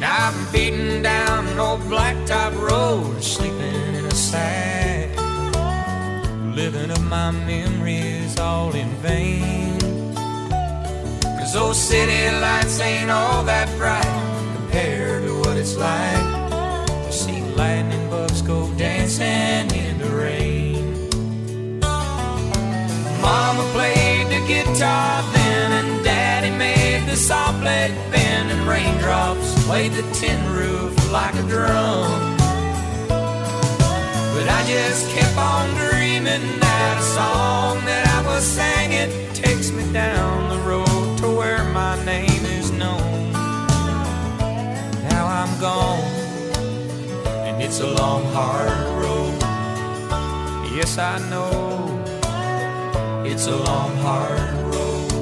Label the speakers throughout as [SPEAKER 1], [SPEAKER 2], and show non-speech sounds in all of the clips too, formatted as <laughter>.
[SPEAKER 1] Now I'm beaten down an old blacktop road, sleeping in a sack living up my memories all in vain. Cause those city lights ain't all that bright compared to what it's like to see lightning bugs go dancing in the rain. Mama played the guitar then, and Daddy made the saw blade bend, and raindrops played the tin roof like a drum. But I just kept on dreaming that a song that I was singing takes me down the road to where my name is known. Now I'm gone, and it's a long, hard road. Yes, I know it's a long, hard road.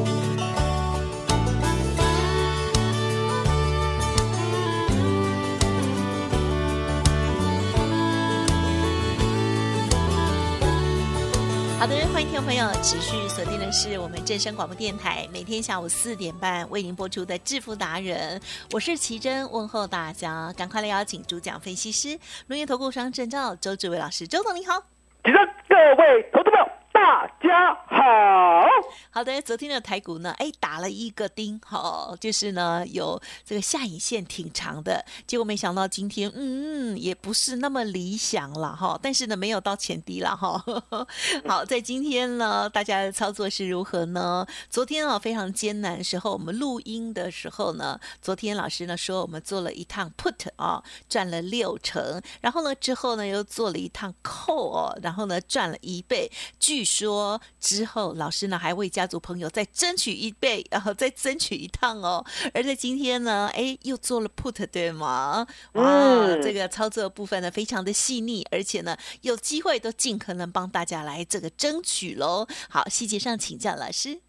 [SPEAKER 2] Yes. 好的，欢迎听众朋友持续锁定的是我们正声广播电台每天下午四点半为您播出的《致富达人》，我是奇珍，问候大家，赶快来邀请主讲分析师、龙岩投顾商证照周志伟老师，周董你好。
[SPEAKER 3] 提升各位投资朋友，大家好。
[SPEAKER 2] 好的，昨天的台股呢，哎，打了一个钉，好、就是呢有这个下影线挺长的，结果没想到今天，嗯，也不是那么理想了哈、但是呢，没有到前低了哈、 <laughs> 好，在今天呢，大家的操作是如何呢？昨天啊非常艰难的时候，我们录音的时候呢，昨天老师呢说我们做了一趟 put 啊，赚了六成，然后呢之后呢又做了一趟 call 哦，然后呢赚了一倍。据说之后老师呢还为家族朋友再争取一倍，然、后再争取一趟哦。而在今天呢，哎又做了 put 对吗？哇，
[SPEAKER 3] 嗯
[SPEAKER 2] 这个操作部分呢非常的细腻，而且呢有机会都尽可能帮大家来这个争取喽。好，细节上请教老师。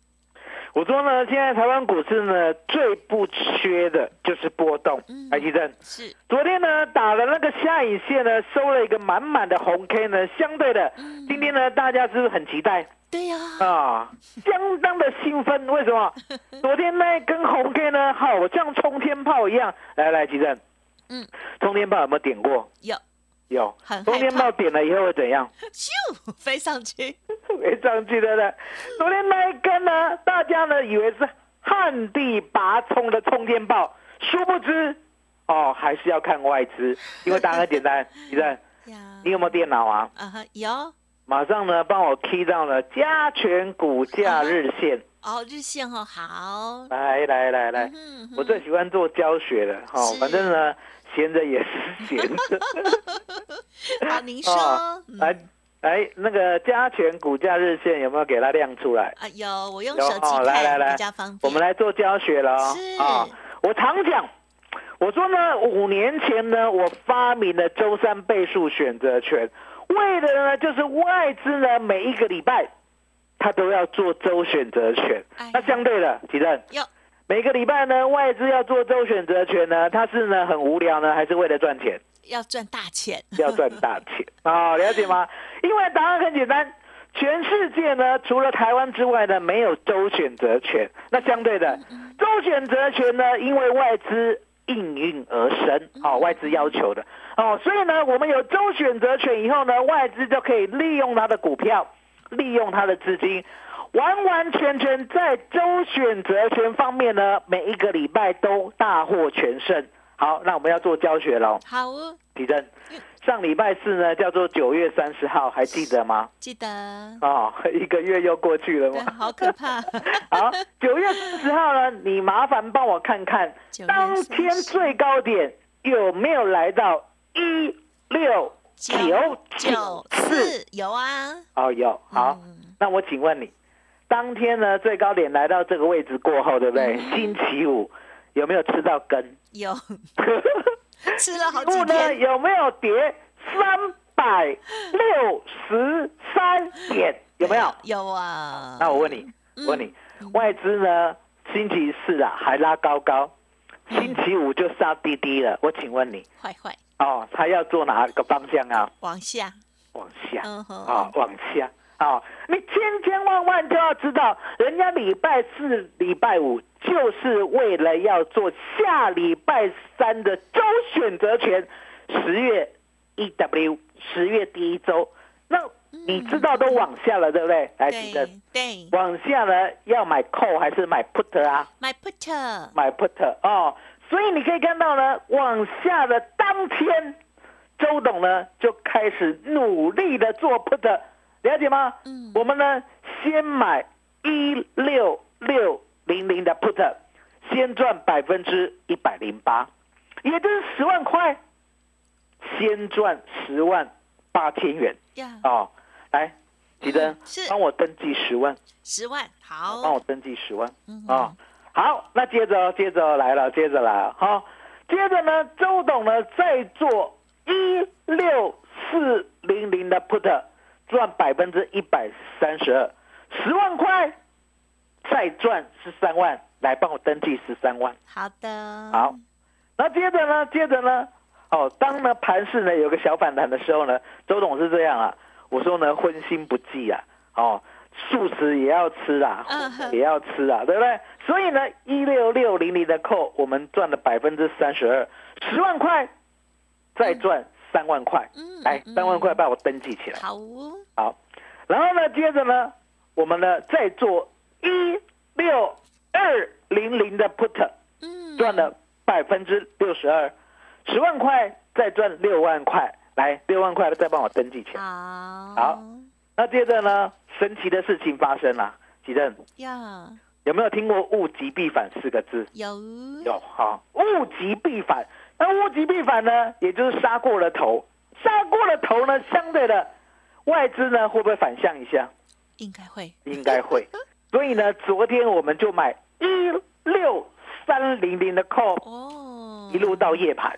[SPEAKER 3] 我说呢，现在台湾股市呢最不缺的就是波动
[SPEAKER 2] 嗯。
[SPEAKER 3] 来，提升。
[SPEAKER 2] 是，
[SPEAKER 3] 昨天呢打了那个下影线呢，收了一个满满的红 K 呢，相对的，
[SPEAKER 2] 嗯
[SPEAKER 3] 今天呢大家是不是很期待
[SPEAKER 2] 对呀、 <laughs>
[SPEAKER 3] 啊？相当的兴奋，为什么？昨天那根红 K 呢，好像冲天炮一样。来来，吉正，
[SPEAKER 2] 嗯，
[SPEAKER 3] 冲天炮有没有点过？
[SPEAKER 2] 有
[SPEAKER 3] 有
[SPEAKER 2] 很害，怕
[SPEAKER 3] 冲天炮点了以后会怎样？
[SPEAKER 2] 咻 <laughs> 飞上去，
[SPEAKER 3] 没上去的了。 <laughs> 昨天那一根呢，大家呢以为是旱地拔葱的冲天炮，殊不知哦，还是要看外资，因为答案很简单。李正，
[SPEAKER 2] 呀
[SPEAKER 3] 你有没有电脑啊？
[SPEAKER 2] 啊哈有
[SPEAKER 3] 马上呢，帮我 key 到了加权股价日线。
[SPEAKER 2] 哦日线哦好，
[SPEAKER 3] 来来来来，
[SPEAKER 2] 嗯哼
[SPEAKER 3] 我最喜欢做教学了哈、哦
[SPEAKER 2] 是，
[SPEAKER 3] 反正呢，闲着也是闲着。 <laughs>
[SPEAKER 2] 好您说、
[SPEAKER 3] 哦
[SPEAKER 2] 嗯
[SPEAKER 3] 来来，那个加权股价日线有没有给它亮出来？
[SPEAKER 2] 啊有我用
[SPEAKER 3] 有
[SPEAKER 2] 手机
[SPEAKER 3] 哦
[SPEAKER 2] 看、
[SPEAKER 3] 来来来
[SPEAKER 2] 比较方便，
[SPEAKER 3] 我们来做教学了哦
[SPEAKER 2] 是
[SPEAKER 3] 啊、我常讲，我说呢，五年前呢，我发明了周三倍数选择权，为的呢就是外资呢每一个礼拜，他都要做周选择权
[SPEAKER 2] 哎呀。
[SPEAKER 3] 那相对的，提正
[SPEAKER 2] 有
[SPEAKER 3] 每个礼拜呢，外资要做周选择权呢，他是呢很无聊呢，还是为了赚钱？
[SPEAKER 2] 要赚大钱， <laughs>
[SPEAKER 3] 要赚大钱啊、了解吗？因为答案很简单，全世界呢除了台湾之外呢没有周选择权，那相对的周选择权呢，因为外资应运而生，哦，外资要求的哦，所以呢我们有周选择权以后呢，外资就可以利用它的股票，利用它的资金。完完全全在周选择权方面呢，每一个礼拜都大获全胜。好，那我们要做教学喽。
[SPEAKER 2] 好哦，
[SPEAKER 3] 提振
[SPEAKER 2] 嗯。
[SPEAKER 3] 上礼拜四呢，叫做九月三十号，还记得
[SPEAKER 2] <laughs>
[SPEAKER 3] 吗？
[SPEAKER 2] 记
[SPEAKER 3] <laughs>
[SPEAKER 2] 得，
[SPEAKER 3] 哦，一个月又过去了
[SPEAKER 2] 对，
[SPEAKER 3] 吗？
[SPEAKER 2] 好可怕。
[SPEAKER 3] 好，九月三十号呢，你麻烦帮我看看
[SPEAKER 2] 9月
[SPEAKER 3] 当
[SPEAKER 2] 30
[SPEAKER 3] 天最高点有没有来到一六 <laughs> 九
[SPEAKER 2] 九
[SPEAKER 3] 四？
[SPEAKER 2] 四有啊，
[SPEAKER 3] 哦，有。好，
[SPEAKER 2] 嗯
[SPEAKER 3] 那我请问你，当天呢最高点来到这个位置过后，对不对？
[SPEAKER 2] 嗯
[SPEAKER 3] 星期五有没有吃到根？
[SPEAKER 2] 有 <laughs> 吃了好几
[SPEAKER 3] 五呢
[SPEAKER 2] 天，
[SPEAKER 3] 有没有跌三百六十三点？有没有？
[SPEAKER 2] 有啊。
[SPEAKER 3] 那我问你，问你，外资呢？星期四啊还拉高高，星期五就杀低低了。我请问你，
[SPEAKER 2] 坏坏
[SPEAKER 3] 哦，他要做哪个方向啊？
[SPEAKER 2] 往下，
[SPEAKER 3] 往下
[SPEAKER 2] 嗯哼
[SPEAKER 3] 啊，往下啊！你千千万万就要知道，人家礼拜四、礼拜五就是为了要做下礼拜三的周选择权，十月 E W，十月第一周。那你知道都往下了，对不对？来，记得
[SPEAKER 2] 嗯对对，
[SPEAKER 3] 往下呢，要买 call 还是买 put 啊？
[SPEAKER 2] 买 put，
[SPEAKER 3] 买 put 哦，所以你可以看到呢，往下的当天，周董呢就开始努力的做 put，了解吗？
[SPEAKER 2] 嗯
[SPEAKER 3] 我们呢先买一六六零零的 put，先赚百分之一百零八，也就是十万块，先赚十万八千元
[SPEAKER 2] 呀，
[SPEAKER 3] 哦。来，吉登
[SPEAKER 2] 嗯是，
[SPEAKER 3] 帮我登记十万。
[SPEAKER 2] 十万，
[SPEAKER 3] 帮我
[SPEAKER 2] 好，
[SPEAKER 3] 登记十万
[SPEAKER 2] 嗯
[SPEAKER 3] 啊、好，那接着接着来了，接着来了哈、接着呢，周董呢再做一六四零零的 put，赚百分之一百三十二，十万块，再赚十三万，来帮我登记十三万。
[SPEAKER 2] 好的，
[SPEAKER 3] 好，那接着呢，接着呢，哦，当呢盘市呢有个小反弹的时候呢，周董是这样啊，我说呢荤腥不忌啊，哦，素食也要吃啊，
[SPEAKER 2] 嗯哼
[SPEAKER 3] 荤的也要吃啊，对不对？所以呢，一六六零零的扣，我们赚了百分之三十二，十万块，再赚三万块，
[SPEAKER 2] 嗯
[SPEAKER 3] 来
[SPEAKER 2] 嗯
[SPEAKER 3] 三万块帮我登记起来。
[SPEAKER 2] 好哦，
[SPEAKER 3] 好，然后呢，接着呢，我们呢再做一六二零零的 put。
[SPEAKER 2] 嗯，
[SPEAKER 3] 赚了百分之六十二，十万块再赚六万块，来六万块再帮我登记起
[SPEAKER 2] 啊
[SPEAKER 3] 来。
[SPEAKER 2] 好，
[SPEAKER 3] 好那接着呢，神奇的事情发生了，吉正
[SPEAKER 2] 呀，
[SPEAKER 3] 有没有听过“物极必反”四个字？
[SPEAKER 2] 有
[SPEAKER 3] 有哈，物极必反。那物极必反呢，也就是杀过了头，杀过了头呢，相对的外资呢会不会反向一下？
[SPEAKER 2] 应该会，
[SPEAKER 3] 应该
[SPEAKER 2] <laughs>
[SPEAKER 3] 会。所以呢，昨天我们就买一六三零零的 call。
[SPEAKER 2] 哦，
[SPEAKER 3] 一路到夜盘，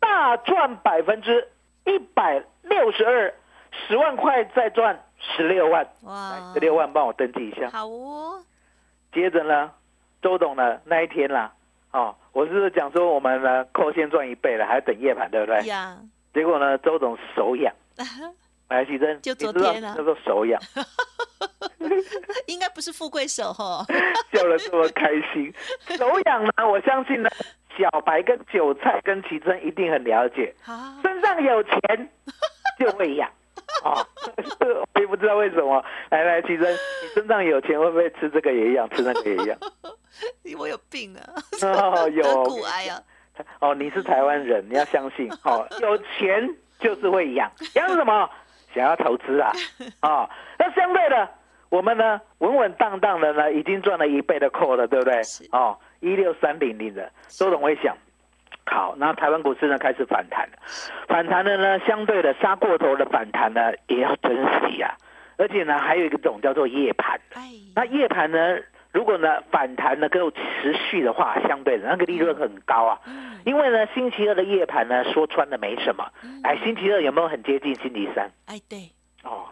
[SPEAKER 3] 大赚百分之一百六十二，十万块再赚十六万，来
[SPEAKER 2] 哇，
[SPEAKER 3] 十六万帮我登记一下。
[SPEAKER 2] 好哦，
[SPEAKER 3] 接着呢，周董呢那一天啦，哦，我是不是讲说我们呢扣先赚一倍了，还等夜盘对不对？
[SPEAKER 2] 呀， <laughs>
[SPEAKER 3] 结果呢，周董手痒，来徐真，
[SPEAKER 2] 就
[SPEAKER 3] 你知道
[SPEAKER 2] 昨天啊
[SPEAKER 3] 叫做手痒， <laughs>
[SPEAKER 2] 应该不是富贵手
[SPEAKER 3] <laughs>
[SPEAKER 2] 哦，
[SPEAKER 3] 笑得这么开心。手痒呢，我相信呢，小白跟韭菜跟奇珍一定很了解。
[SPEAKER 2] 好，
[SPEAKER 3] 身上有钱就会痒啊！ <laughs> 我也不知道为什么。来来，奇珍，你身上有钱会不会吃这个也痒，吃那个也痒？
[SPEAKER 2] 我有病啊，
[SPEAKER 3] 哦， <laughs> 有
[SPEAKER 2] 得骨癌啊，
[SPEAKER 3] 哦，你是台湾人，你要相信哦，有钱就是会痒，痒什么？想要投资啊啊、哦！那相对的，我们呢稳稳当当的呢，已经赚了一倍的扣了，对不对
[SPEAKER 2] 是？
[SPEAKER 3] 哦，一六三零零的，周董会想。好，那台湾股市呢开始反弹了，反弹的呢，相对的杀过头的反弹呢，也要珍惜啊。而且呢，还有一个种叫做夜盘，
[SPEAKER 2] 哎，
[SPEAKER 3] <laughs> 那夜盘呢，如果呢反弹呢够持续的话，相对的那个利润很高啊。
[SPEAKER 2] 嗯，
[SPEAKER 3] 因为呢，星期二的夜盘呢，说穿了没什么。哎，星期二有没有很接近星期三？
[SPEAKER 2] 哎对，
[SPEAKER 3] 哦，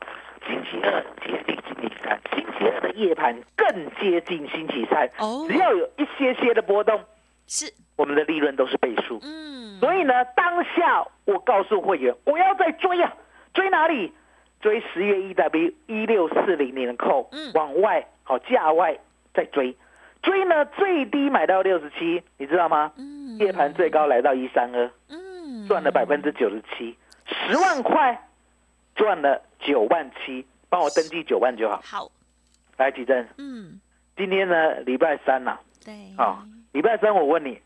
[SPEAKER 3] 星期二接近星期三，星期二的夜盘更接近星期三。
[SPEAKER 2] 哦
[SPEAKER 3] 只要有一些些的波动，
[SPEAKER 2] 是，
[SPEAKER 3] 我们的利润都是倍数。
[SPEAKER 2] 嗯，
[SPEAKER 3] 所以呢，当下我告诉会员，我要再追啊，追哪里？追十月一 W 一六四零零的扣，
[SPEAKER 2] 嗯
[SPEAKER 3] 往外好、价外再追，追呢最低买到六十七，你知道吗？
[SPEAKER 2] 嗯，
[SPEAKER 3] 夜盘最高来到一三二，
[SPEAKER 2] 嗯，
[SPEAKER 3] 赚了百分之九十七，十万块赚了九万七，帮我登记九万就好。
[SPEAKER 2] 好，
[SPEAKER 3] 来，吉珍，
[SPEAKER 2] 嗯，
[SPEAKER 3] 今天呢礼拜三呐、
[SPEAKER 2] 对，
[SPEAKER 3] 啊，礼拜三我问你，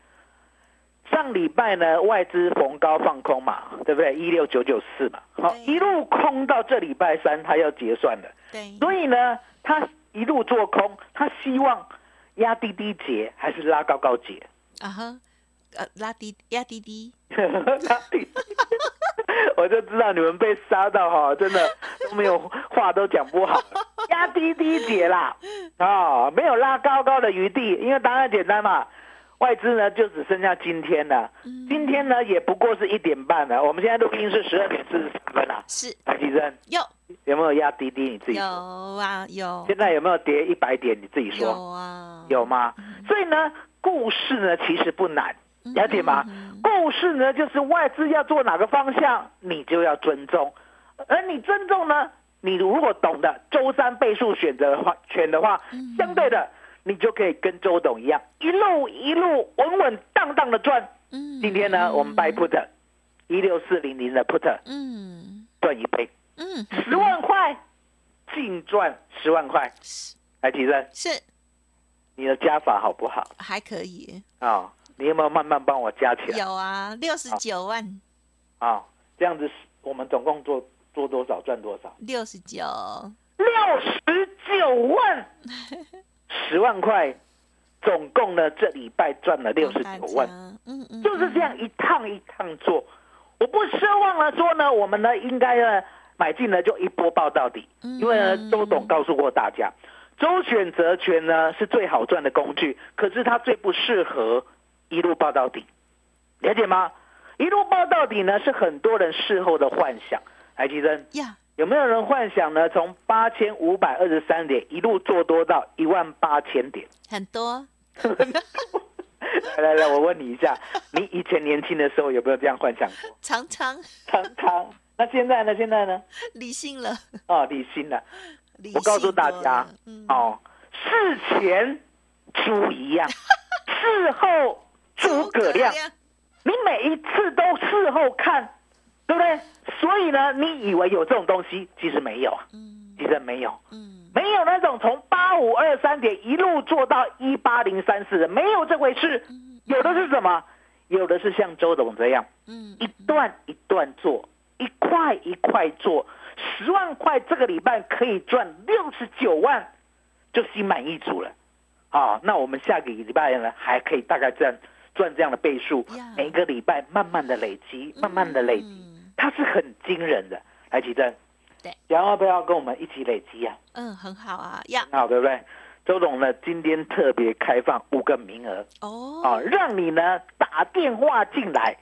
[SPEAKER 3] 上礼拜呢，外资逢高放空嘛，对不对？一六九九四嘛，好，
[SPEAKER 2] 对
[SPEAKER 3] 一路空到这礼拜三，它要结算了。
[SPEAKER 2] 对，
[SPEAKER 3] 所以呢，他一路做空，他希望压低低结还是拉高高结？
[SPEAKER 2] 啊哈，呃，拉低压低低，
[SPEAKER 3] 拉低， <laughs> 我就知道你们被杀到哈，真的都没有话都讲
[SPEAKER 2] <laughs>
[SPEAKER 3] 不好，压低低结啦，啊、没有拉高高的余地，因为答案简单嘛。外资呢，就只剩下今天了。
[SPEAKER 2] 嗯
[SPEAKER 3] 今天呢，也不过是一点半了。我们现在录音是十二点四十三分了。
[SPEAKER 2] 是
[SPEAKER 3] 台积生
[SPEAKER 2] 有
[SPEAKER 3] 有没有压低低？你自己
[SPEAKER 2] 有
[SPEAKER 3] 说。
[SPEAKER 2] 啊有
[SPEAKER 3] 现在有没有跌一百点？你自己说。
[SPEAKER 2] 有啊
[SPEAKER 3] 有吗？所以呢，故事呢其实不难，
[SPEAKER 2] 嗯
[SPEAKER 3] 了解吗？故事呢就是外资要做哪个方向，你就要尊重，而你尊重呢，你如果懂得周三倍数选择的话权的话，
[SPEAKER 2] 嗯
[SPEAKER 3] 相对的你就可以跟周董一样，一路一路稳稳当当的赚。
[SPEAKER 2] 嗯
[SPEAKER 3] 今天呢，我们 buy put 一六四零零的 put
[SPEAKER 2] 嗯
[SPEAKER 3] 赚一倍，
[SPEAKER 2] 嗯
[SPEAKER 3] 十万块净赚十万块，
[SPEAKER 2] 是
[SPEAKER 3] 来提升
[SPEAKER 2] 是
[SPEAKER 3] 你的加法好不好？
[SPEAKER 2] 还可以，
[SPEAKER 3] 啊、你有没有慢慢帮我加起来
[SPEAKER 2] 有啊六十九万
[SPEAKER 3] 啊、这样子我们总共做做多少赚多少？
[SPEAKER 2] 六十九
[SPEAKER 3] 六十九万，十万块，总共呢这礼拜赚了六十九万，，
[SPEAKER 2] 嗯嗯
[SPEAKER 3] 就是这样一趟一趟做。我不奢望了说呢，我们呢应该呢买进呢就一波爆到底，
[SPEAKER 2] 嗯
[SPEAKER 3] 因为呢周董告诉过大家，周选择权呢是最好赚的工具，可是它最不适合一路爆到底。了解吗？一路报到底呢，是很多人事后的幻想。来，吉珍，
[SPEAKER 2] 呀
[SPEAKER 3] 有没有人幻想呢？从八千五百二十三点一路做多到一万八千点？ <laughs>
[SPEAKER 2] 很多
[SPEAKER 3] 来来来，我问你一下，你以前年轻的时候有没有这样幻想过？
[SPEAKER 2] 常常
[SPEAKER 3] 常常。那现在呢？现在呢？
[SPEAKER 2] 理性了， <laughs>
[SPEAKER 3] 哦，理性了。
[SPEAKER 2] 理
[SPEAKER 3] 我告诉
[SPEAKER 2] 性
[SPEAKER 3] 大
[SPEAKER 2] 多
[SPEAKER 3] 家
[SPEAKER 2] 了嗯，
[SPEAKER 3] 哦，事前猪一 <laughs> 样，事后诸葛亮。你每一次都事后看，对不对？所以呢，你以为有这种东西，其实没有啊，
[SPEAKER 2] 嗯
[SPEAKER 3] 其实没有，
[SPEAKER 2] 嗯
[SPEAKER 3] 没有那种从八五二三点一路做到一八零三四的，没有这回事。有的是什么？有的是像周董这样，
[SPEAKER 2] 嗯
[SPEAKER 3] 一段一段做，一块一块做，十万块这个礼拜可以赚六十九万，就心满意足了。啊，那我们下个礼拜呢，还可以大概赚赚这样的倍数
[SPEAKER 2] Yeah，
[SPEAKER 3] 每个礼拜慢慢的累积，慢慢的累积，
[SPEAKER 2] 嗯
[SPEAKER 3] 它是很惊人的。来，奇珍，
[SPEAKER 2] 对，
[SPEAKER 3] 想要不要跟我们一起累积呀、
[SPEAKER 2] 嗯很好啊呀
[SPEAKER 3] 啊？好，对不对？周董呢，今天特别开放五个名额，
[SPEAKER 2] 哦
[SPEAKER 3] 啊，让你呢打电话进来，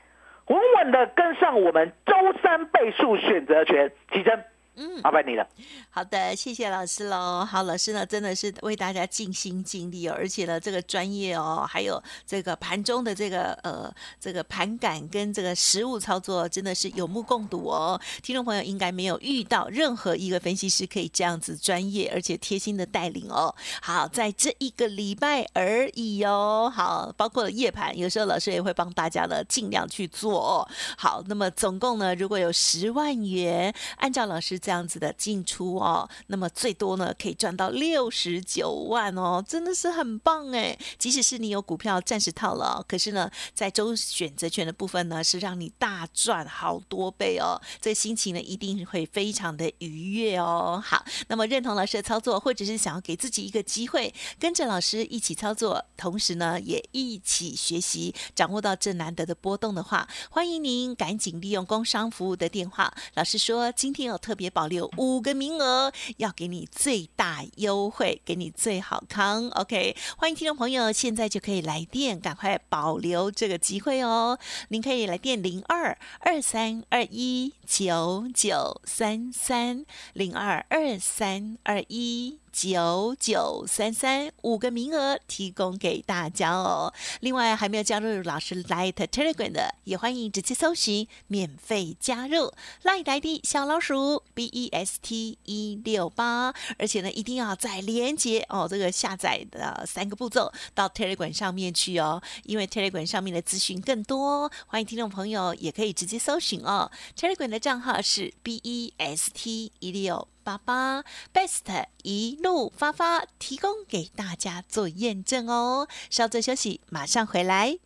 [SPEAKER 3] 稳稳的跟上我们周三倍数选择权，奇珍，
[SPEAKER 2] 嗯
[SPEAKER 3] 麻烦你了。
[SPEAKER 2] 好的，谢谢老师喽。好，老师呢真的是为大家尽心尽力哦，而且呢这个专业哦，还有这个盘中的这个呃这个盘感跟这个实物操作真的是有目共睹哦。听众朋友应该没有遇到任何一个分析师可以这样子专业而且贴心的带领哦。好，在这一个礼拜而已哦。好，包括了夜盘，有时候老师也会帮大家呢尽量去做哦。好，那么总共呢，如果有十万元，按照老师这样子的进出哦，那么最多呢可以赚到六十九万哦，真的是很棒哎！即使是你有股票暂时套了哦、可是呢，在周选择权的部分呢，是让你大赚好多倍哦，这心情呢一定会非常的愉悦哦。好，那么认同老师的操作，或者是想要给自己一个机会，跟着老师一起操作，同时呢也一起学习，掌握到这难得的波动的话，欢迎您赶紧利用工商服务的电话。老师说今天有特别保留五个名额，要给你最大优惠，给你最好康。OK，欢迎听众朋友现在就可以来电，赶快保留这个机会哦。您可以来电零二二三二一九九三三零二二三二一。九九三三五个名额提供给大家哦。另外，还没有加入老师 Light Telegram 的，也欢迎直接搜寻免费加入 Light ID 小老鼠 B E S T 一六八，而且呢，一定要在连接哦这个下载的三个步骤到 Telegram 上面去哦，因为 Telegram 上面的资讯更多，欢迎听众朋友也可以直接搜寻哦。Telegram 的账号是 B E S T 一六。八八 Best 一路发发，提供给大家做验证哦。稍作休息，马上回来。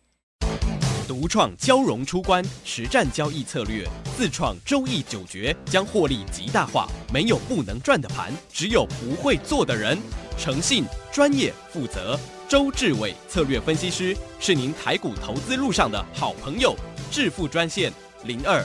[SPEAKER 4] 独创交融出关实战交易策略，自创周易九诀，将获利极大化。没有不能赚的盘，只有不会做的人。诚信、专业、负责，周志伟策略分析师是您台股投资路上的好朋友。致富专线零二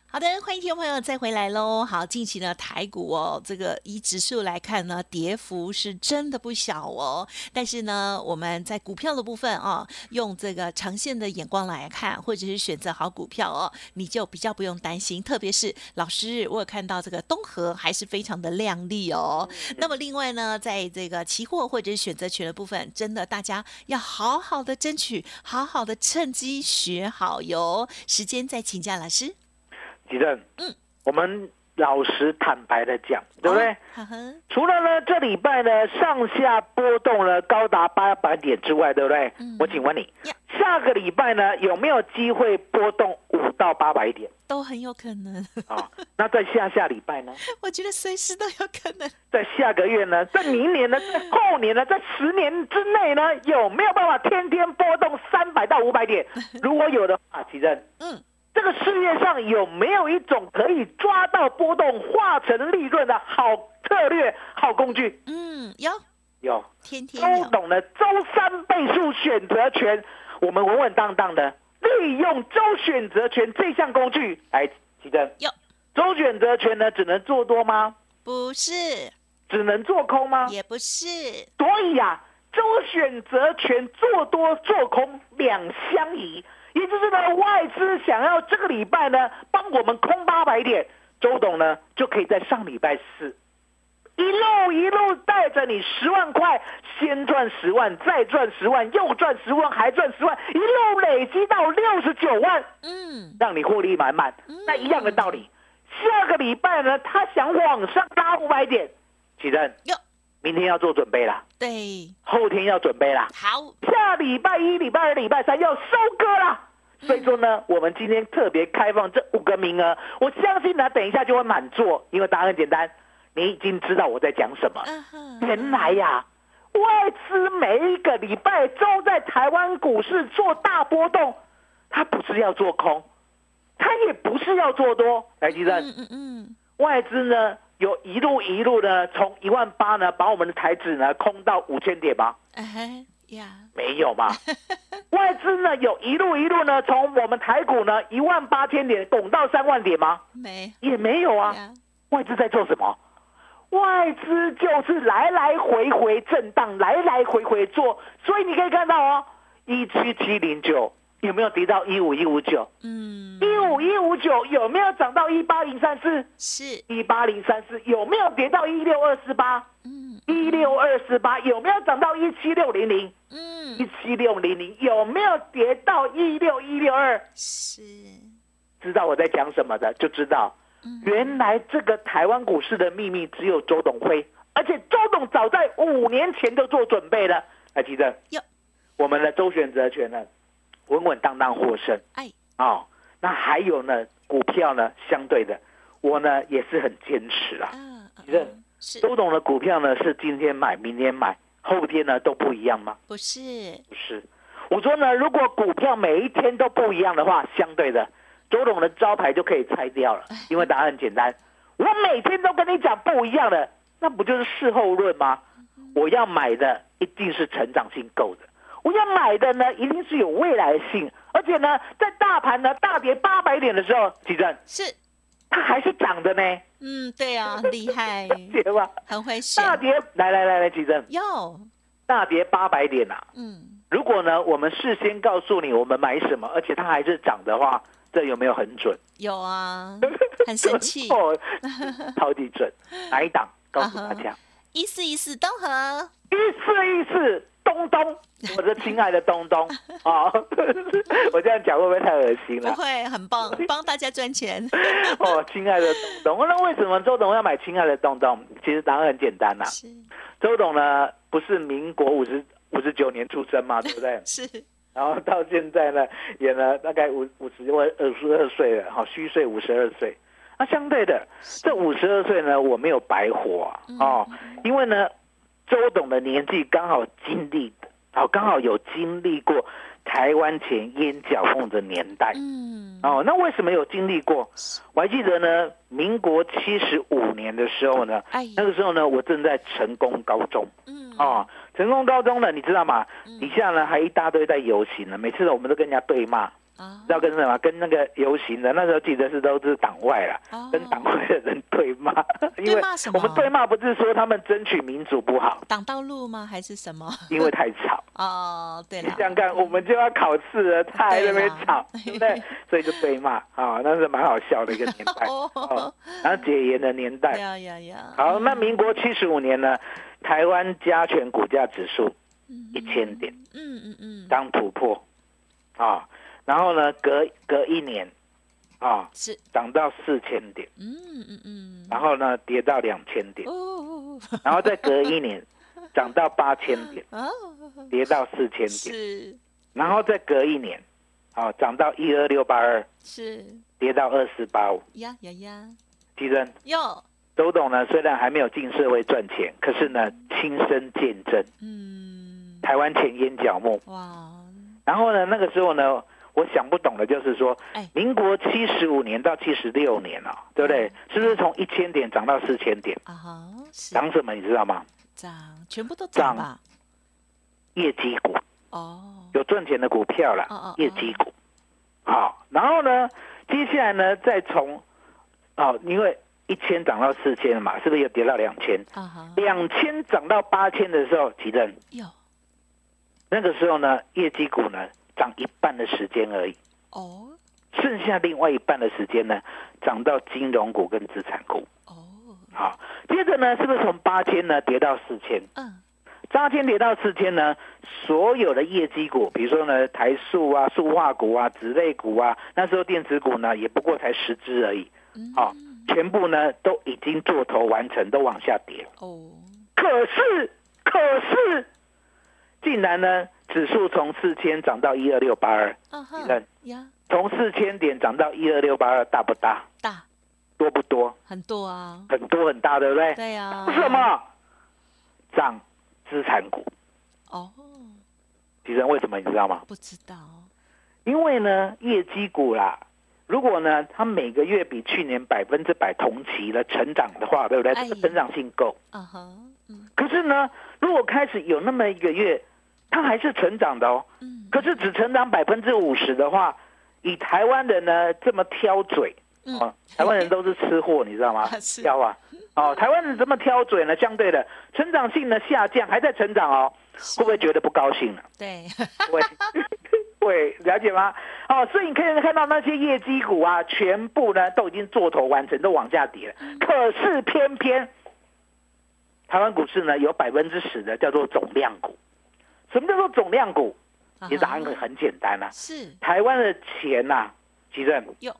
[SPEAKER 2] 好的，欢迎听众朋友再回来喽。好，近期呢台股哦，这个以指数来看呢，跌幅是真的不小哦。但是呢，我们在股票的部分啊，用这个长线的眼光来看，或者是选择好股票哦，你就比较不用担心。特别是老师，我有看到这个东河还是非常的亮丽哦。那么另外呢，在这个期货或者是选择权的部分，真的大家要好好的争取，好好的趁机学好哟。时间再请教老师。
[SPEAKER 3] 吉正，
[SPEAKER 2] 嗯，
[SPEAKER 3] 我们老实坦白的讲，对不对？
[SPEAKER 2] 哦好哼，
[SPEAKER 3] 除了呢这礼拜呢上下波动了高达八百点之外，对不对？
[SPEAKER 2] 嗯
[SPEAKER 3] 我请问你
[SPEAKER 2] Yeah，
[SPEAKER 3] 下个礼拜呢有没有机会波动五到八百点
[SPEAKER 2] 都很有可能。 <laughs>
[SPEAKER 3] 啊？那在下下礼拜呢？
[SPEAKER 2] 我觉得随时都有可能。
[SPEAKER 3] 在下个月呢？在明年呢？在后年呢？在十年之内呢？有没有办法天天波动三百到五百
[SPEAKER 2] <laughs>
[SPEAKER 3] 点？如果有的话，吉正，
[SPEAKER 2] 嗯，
[SPEAKER 3] 这个世界上有没有一种可以抓到波动化成利润的好策略、好工具？
[SPEAKER 2] 嗯，有，
[SPEAKER 3] 有，
[SPEAKER 2] 天天
[SPEAKER 3] 都
[SPEAKER 2] 有。
[SPEAKER 3] 哎懂了。周三倍数选择权，我们稳稳当当的利用周选择权这项工具来提振。
[SPEAKER 2] 有，
[SPEAKER 3] 周选择权呢，只能做多吗？
[SPEAKER 2] 不是，
[SPEAKER 3] 只能做空吗？
[SPEAKER 2] 也不是，
[SPEAKER 3] 所以啊，周选择权做多做空两相宜，也就是呢，外资想要这个礼拜呢帮我们空八百点，周董呢就可以在上礼拜四。一路一路带着你十万块，先赚十万，再赚十万，又赚十万，还赚十万，一路累积到六十九万，
[SPEAKER 2] 嗯，
[SPEAKER 3] 让你获利满满
[SPEAKER 2] 嗯。
[SPEAKER 3] 那一样的道理，下个礼拜呢，他想往上拉五百点，启正
[SPEAKER 2] 有，
[SPEAKER 3] 明天要做准备啦。
[SPEAKER 2] 对，
[SPEAKER 3] 后天要准备啦，
[SPEAKER 2] 好，
[SPEAKER 3] 下礼拜一、礼拜二、礼拜三要收割啦。
[SPEAKER 2] 嗯
[SPEAKER 3] 所以说呢，我们今天特别开放这五个名额，我相信呢，等一下就会满座，因为答案很简单，你已经知道我在讲什么。
[SPEAKER 2] 嗯哼，
[SPEAKER 3] 原来呀、外资每一个礼拜都在台湾股市做大波动，它不是要做空，它也不是要做多。来，吉正，
[SPEAKER 2] 嗯嗯嗯，
[SPEAKER 3] 外资呢有一路一路呢，从一万八呢，把我们的台指呢空到五千点吧。
[SPEAKER 2] 哎呀，
[SPEAKER 3] 没有嘛？外资呢有一路一路呢，从我们台股呢一万八千点拱到三万点吗？
[SPEAKER 2] 没
[SPEAKER 3] 也没有啊。
[SPEAKER 2] 呀，
[SPEAKER 3] 外资在做什么？外资就是来来回回震荡，来来回回做，所以你可以看到哦，一七七零九有没有跌到一五一五九？
[SPEAKER 2] 嗯，
[SPEAKER 3] 一五一五九有没有涨到一八零三四？
[SPEAKER 2] 是，
[SPEAKER 3] 一八零三四有没有跌到一六二四八？
[SPEAKER 2] 嗯
[SPEAKER 3] 一六二四八有没有涨到一七六零零？
[SPEAKER 2] 嗯，
[SPEAKER 3] 一七六零零有没有跌到一六一六二？
[SPEAKER 2] 是，
[SPEAKER 3] 知道我在讲什么的就知道
[SPEAKER 2] 嗯，
[SPEAKER 3] 原来这个台湾股市的秘密只有周董会，而且周董早在五年前就做准备了。来，记得
[SPEAKER 2] 哟，
[SPEAKER 3] 我们的周选择权呢，稳稳当当获胜。
[SPEAKER 2] 哎，
[SPEAKER 3] 啊、那还有呢，股票呢，相对的，我呢也是很坚持啊。
[SPEAKER 2] 啊，啊
[SPEAKER 3] 你这
[SPEAKER 2] 啊是
[SPEAKER 3] 周董的股票呢是今天买，明天买，后天呢都不一样吗？
[SPEAKER 2] 不是？
[SPEAKER 3] 不是，我说呢，如果股票每一天都不一样的话，相对的，周董的招牌就可以拆掉了，因为答案很简单。我每天都跟你讲不一样的，那不就是事后论吗？我要买的一定是成长性够的，我要买的呢一定是有未来性，而且呢，在大盘呢大跌八百点的时候，奇正
[SPEAKER 2] 是，
[SPEAKER 3] 它还是涨的呢，
[SPEAKER 2] 嗯，对
[SPEAKER 3] <laughs>
[SPEAKER 2] 啊，厉害，
[SPEAKER 3] 对吧？
[SPEAKER 2] 很会选，
[SPEAKER 3] 大跌，来来来来，奇正，
[SPEAKER 2] 哟，
[SPEAKER 3] 大跌八百点啊，
[SPEAKER 2] 嗯，
[SPEAKER 3] 如果呢，我们事先告诉你我们买什么，而且它还是涨的话，这有没有很准？，
[SPEAKER 2] 有啊，很神奇
[SPEAKER 3] <laughs> 哦，超级
[SPEAKER 2] <laughs>
[SPEAKER 3] 准！哪一档？告诉大
[SPEAKER 2] 啊
[SPEAKER 3] 家，
[SPEAKER 2] 一四一四东河，
[SPEAKER 3] <laughs> 一次一次，
[SPEAKER 2] <laughs>
[SPEAKER 3] 东东，我的亲爱的东东啊！ <laughs> 我这样讲会不会太恶心
[SPEAKER 2] 不
[SPEAKER 3] 了？
[SPEAKER 2] 会，很棒，帮大家赚钱。
[SPEAKER 3] <laughs> 哦，亲爱的东东，那为什么周董要买亲爱的东东？其实答案很简单啊呐、
[SPEAKER 2] 是？
[SPEAKER 3] 周董呢不是民国五十五十九年出生嘛，对不对
[SPEAKER 2] 是，
[SPEAKER 3] 然后到现在呢，也呢大概五五十二二十二岁了，好虚岁五十二岁。那啊相对的，这五十二岁呢，我没有白活啊、
[SPEAKER 2] 嗯
[SPEAKER 3] 哦，因为呢，周董的年纪刚好经历，哦，刚好有经历过台湾前烟脚碰的年代。
[SPEAKER 2] 嗯，
[SPEAKER 3] 哦，那为什么有经历过？我还记得呢，民国七十五年的时候呢，
[SPEAKER 2] 哎，
[SPEAKER 3] 那个时候呢，我正在成功高中。
[SPEAKER 2] 嗯，
[SPEAKER 3] 哦，成功高中呢，你知道吗？底下呢还一大堆在游行呢，每次呢我们都跟人家对骂，
[SPEAKER 2] 啊
[SPEAKER 3] 知，道跟什么？跟那个游行的那时候记得是都是党外了，
[SPEAKER 2] 哦
[SPEAKER 3] 跟党外的人对
[SPEAKER 2] <laughs>
[SPEAKER 3] 骂，因
[SPEAKER 2] 对
[SPEAKER 3] 为
[SPEAKER 2] 骂什么
[SPEAKER 3] 我们对骂不是说他们争取民主
[SPEAKER 2] <laughs>
[SPEAKER 3] 不好，
[SPEAKER 2] 挡道路吗？还是什么？
[SPEAKER 3] 因为太吵。
[SPEAKER 2] 哦，对
[SPEAKER 3] 你
[SPEAKER 2] 了，
[SPEAKER 3] 想看，我们就要考试了，他还在那边
[SPEAKER 2] <laughs>
[SPEAKER 3] 吵，
[SPEAKER 2] 对
[SPEAKER 3] 对不
[SPEAKER 2] 啦
[SPEAKER 3] 对？所以就对骂啊，那是蛮好笑的一个年
[SPEAKER 2] <laughs>
[SPEAKER 3] 代。
[SPEAKER 2] 哦
[SPEAKER 3] 哦，然后解严的年代，
[SPEAKER 2] 呀呀呀，
[SPEAKER 3] 好，那民国七十五年呢，台湾加权股价指数
[SPEAKER 2] 嗯
[SPEAKER 3] 一千点
[SPEAKER 2] 嗯嗯嗯，
[SPEAKER 3] 刚突破，啊，然后呢，隔隔一年，啊，
[SPEAKER 2] 是，
[SPEAKER 3] 涨到四千点，
[SPEAKER 2] 嗯嗯嗯，
[SPEAKER 3] 然后呢，跌到两千点，
[SPEAKER 2] 哦
[SPEAKER 3] 然后再隔
[SPEAKER 2] <laughs>
[SPEAKER 3] 一年，涨到八千点，
[SPEAKER 2] 啊，
[SPEAKER 3] 跌到四千点，
[SPEAKER 2] 是
[SPEAKER 3] 然后再隔一年，啊，涨到一二六八二，
[SPEAKER 2] 是
[SPEAKER 3] 跌到二四八五。
[SPEAKER 2] 呀呀呀，
[SPEAKER 3] 其实
[SPEAKER 2] 哟，
[SPEAKER 3] 周董呢，虽然还没有进社会赚钱，可是呢，亲身见证
[SPEAKER 2] 嗯，
[SPEAKER 3] 台湾前烟角木
[SPEAKER 2] 哇，
[SPEAKER 3] 然后呢，那个时候呢，我想不懂的就是说
[SPEAKER 2] 哎，
[SPEAKER 3] 民国七十五年到七十六年啊，对不
[SPEAKER 2] 嗯
[SPEAKER 3] 对？是不是从一千点涨到四千点？
[SPEAKER 2] 啊哈，是
[SPEAKER 3] 涨什么你知道吗？
[SPEAKER 2] 涨，全部都涨
[SPEAKER 3] 涨
[SPEAKER 2] 吧？
[SPEAKER 3] 业绩股
[SPEAKER 2] 哦，
[SPEAKER 3] 有赚钱的股票
[SPEAKER 2] 哦哦哦哦
[SPEAKER 3] 啦，业绩股。好，然后呢，接下来呢，再从哦，因为一千涨到四千嘛，是不是又跌到两千？
[SPEAKER 2] 啊哈，
[SPEAKER 3] 两千涨到八千的时候，奇正
[SPEAKER 2] 哟，
[SPEAKER 3] 那个时候呢，业绩股呢涨一半的时间而已。
[SPEAKER 2] 哦
[SPEAKER 3] 剩下另外一半的时间呢，涨到金融股跟资产股。
[SPEAKER 2] 哦，
[SPEAKER 3] 好，接着呢，是不是从八千呢跌到四千？
[SPEAKER 2] 嗯，
[SPEAKER 3] 八千跌到四千呢，所有的业绩股，比如说呢台塑啊、塑化股啊、纸类股啊，那时候电子股呢也不过才十只而已，
[SPEAKER 2] 嗯
[SPEAKER 3] 好、全部呢都已经做头完成，都往下跌。
[SPEAKER 2] 哦，
[SPEAKER 3] 可是，可是，竟然呢指数从四千涨到一二六八二，
[SPEAKER 2] 啊哈
[SPEAKER 3] 你看，
[SPEAKER 2] 呀，
[SPEAKER 3] 从四千点涨到一二六八二，大不大？
[SPEAKER 2] 大
[SPEAKER 3] 多不多？
[SPEAKER 2] 很多啊，
[SPEAKER 3] 很多很大，对不对？
[SPEAKER 2] 对啊呀，
[SPEAKER 3] 为什？么？涨资产股，
[SPEAKER 2] 哦，
[SPEAKER 3] 其实为什么你知道吗？
[SPEAKER 2] 不知道，
[SPEAKER 3] 因为呢，业绩股啦，如果呢，它每个月比去年百分之百同期的成长的话，对不对？
[SPEAKER 2] 哎
[SPEAKER 3] 这个成长性够。
[SPEAKER 2] 啊哈，嗯
[SPEAKER 3] 可是呢，如果开始有那么一个月，它还是成长的哦，
[SPEAKER 2] 嗯，
[SPEAKER 3] 可是只成长百分之五十的话，以台湾人呢这么挑嘴，
[SPEAKER 2] 嗯
[SPEAKER 3] 哦，台湾人都是吃货，你知道吗
[SPEAKER 2] 啊 <laughs> 是？
[SPEAKER 3] 挑啊，哦，台湾人这么挑嘴呢，相对的成长性呢下降，还在成长哦，会不会觉得不高兴呢？
[SPEAKER 2] 对， <laughs>
[SPEAKER 3] 会， <laughs> 会了解吗？哦，所以你可以看到那些业绩股啊，全部呢都已经做头完成，都往下跌了。
[SPEAKER 2] 嗯
[SPEAKER 3] 可是偏偏台湾股市呢，有百分之十的叫做总量股。什么叫做总量股？
[SPEAKER 2] 啊
[SPEAKER 3] 其实答
[SPEAKER 2] 哈
[SPEAKER 3] 案很简单啦、
[SPEAKER 2] 是
[SPEAKER 3] 台湾的钱呐、其实
[SPEAKER 2] 有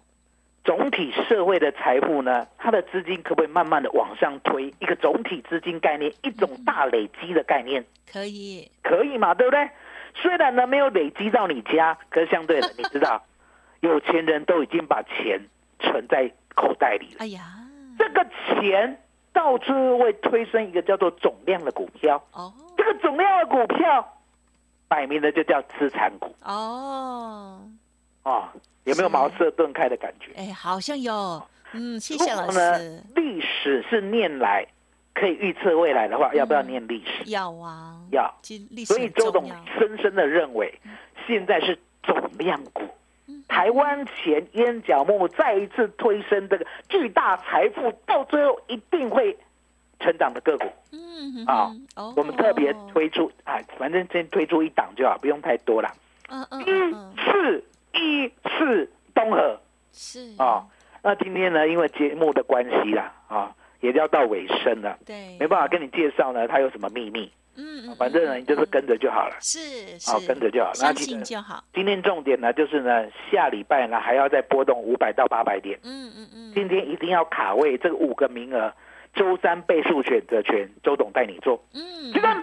[SPEAKER 3] 总体社会的财富呢，它的资金可不可以慢慢的往上推？一个总体资金概念，一
[SPEAKER 2] 嗯
[SPEAKER 3] 种大累积的概念，
[SPEAKER 2] 可以，
[SPEAKER 3] 可以嘛？对不对？虽然呢没有累积到你家，可是相对
[SPEAKER 2] <laughs>
[SPEAKER 3] 的，你知道，有钱人都已经把钱存在口袋里了，
[SPEAKER 2] 哎呀，
[SPEAKER 3] 这个钱到处会推升一个叫做总量的股票，
[SPEAKER 2] 哦
[SPEAKER 3] 这个总量的股票，摆明的就叫资产股
[SPEAKER 2] 哦，
[SPEAKER 3] 哦，有没
[SPEAKER 2] 是
[SPEAKER 3] 有茅塞顿开的感觉？
[SPEAKER 2] 哎，好像有，嗯，谢
[SPEAKER 3] 如
[SPEAKER 2] 谢老
[SPEAKER 3] 果呢
[SPEAKER 2] 师，，
[SPEAKER 3] 历史是念来可以预测未来的话，要不要
[SPEAKER 2] 嗯
[SPEAKER 3] 念历史？
[SPEAKER 2] 要啊，
[SPEAKER 3] 要
[SPEAKER 2] 其实历史
[SPEAKER 3] 所以
[SPEAKER 2] 很
[SPEAKER 3] 周
[SPEAKER 2] 重
[SPEAKER 3] 董
[SPEAKER 2] 要，嗯
[SPEAKER 3] 深深的认为，现在是总量股。台湾前烟角木再一次推升这个巨大财富，到最后一定会成长的个股。
[SPEAKER 2] 嗯哼
[SPEAKER 3] 啊
[SPEAKER 2] 哼哦，
[SPEAKER 3] 我们特别，推出啊，反正先推出一档就好，不用太多了。
[SPEAKER 2] 嗯嗯嗯嗯
[SPEAKER 3] 一，四一四东河
[SPEAKER 2] 是
[SPEAKER 3] 啊，，那今天呢，因为节目的关系啦啊，也要到尾声了，
[SPEAKER 2] 对，
[SPEAKER 3] 没办法跟你介绍呢，它有什么秘密。
[SPEAKER 2] 嗯，嗯嗯，
[SPEAKER 3] 反正呢，你就是跟着就好了。
[SPEAKER 2] 是
[SPEAKER 3] 好
[SPEAKER 2] 是
[SPEAKER 3] 跟着就好那
[SPEAKER 2] 相
[SPEAKER 3] 记
[SPEAKER 2] 信
[SPEAKER 3] 得
[SPEAKER 2] 就好，
[SPEAKER 3] 今天重点呢，就是呢，下礼拜呢还要再波动五百到八百点。
[SPEAKER 2] 嗯嗯嗯，
[SPEAKER 3] 今天一定要卡位这五个名额，周三倍数选择权，周董带你做。
[SPEAKER 2] 嗯
[SPEAKER 3] 知道吗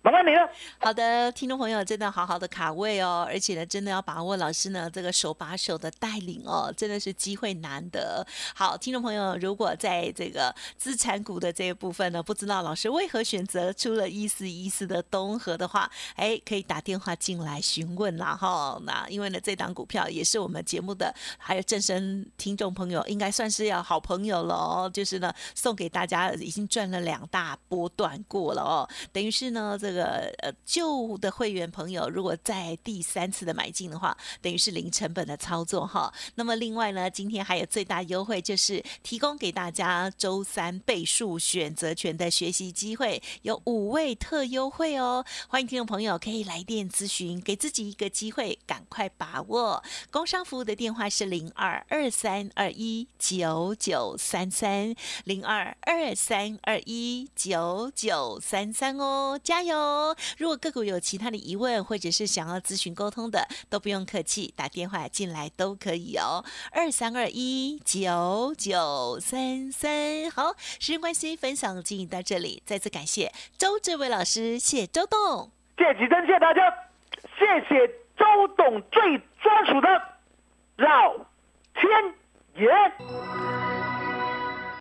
[SPEAKER 3] 麻烦你了。
[SPEAKER 2] 好的，听众朋友，真的好好的卡位哦，而且呢，真的要把握老师呢这个手把手的带领哦，真的是机会难得。好，听众朋友，如果在这个资产股的这一部分呢，不知道老师为何选择出了一四一四的东河的话，哎，可以打电话进来询问啦哈。那因为呢，这档股票也是我们节目的，还有正声听众朋友，应该算是要好朋友了哦，就是呢送给大家已经赚了两大波段过了哦，等于是呢这个呃旧的会员朋友，如果在第三次的买进的话，等于是零成本的操作哈。那么另外呢，今天还有最大优惠就是提供给大家周三倍数选择权的学习机会，有五位特优惠哦。欢迎听众朋友可以来电咨询，给自己一个机会，赶快把握。工商服务的电话是零二二三二一九九三三零二二三二一九九三三哦，加油！如果个股有其他的疑问，或者是想要咨询沟通的，都不用客气，打电话进来都可以哦。二三二一九九三三，好，时间关系，分享进行到这里，再次感谢周志伟老师，谢谢周董。
[SPEAKER 3] 谢吉珍，谢谢大家，谢谢周董最专属的绕天爷。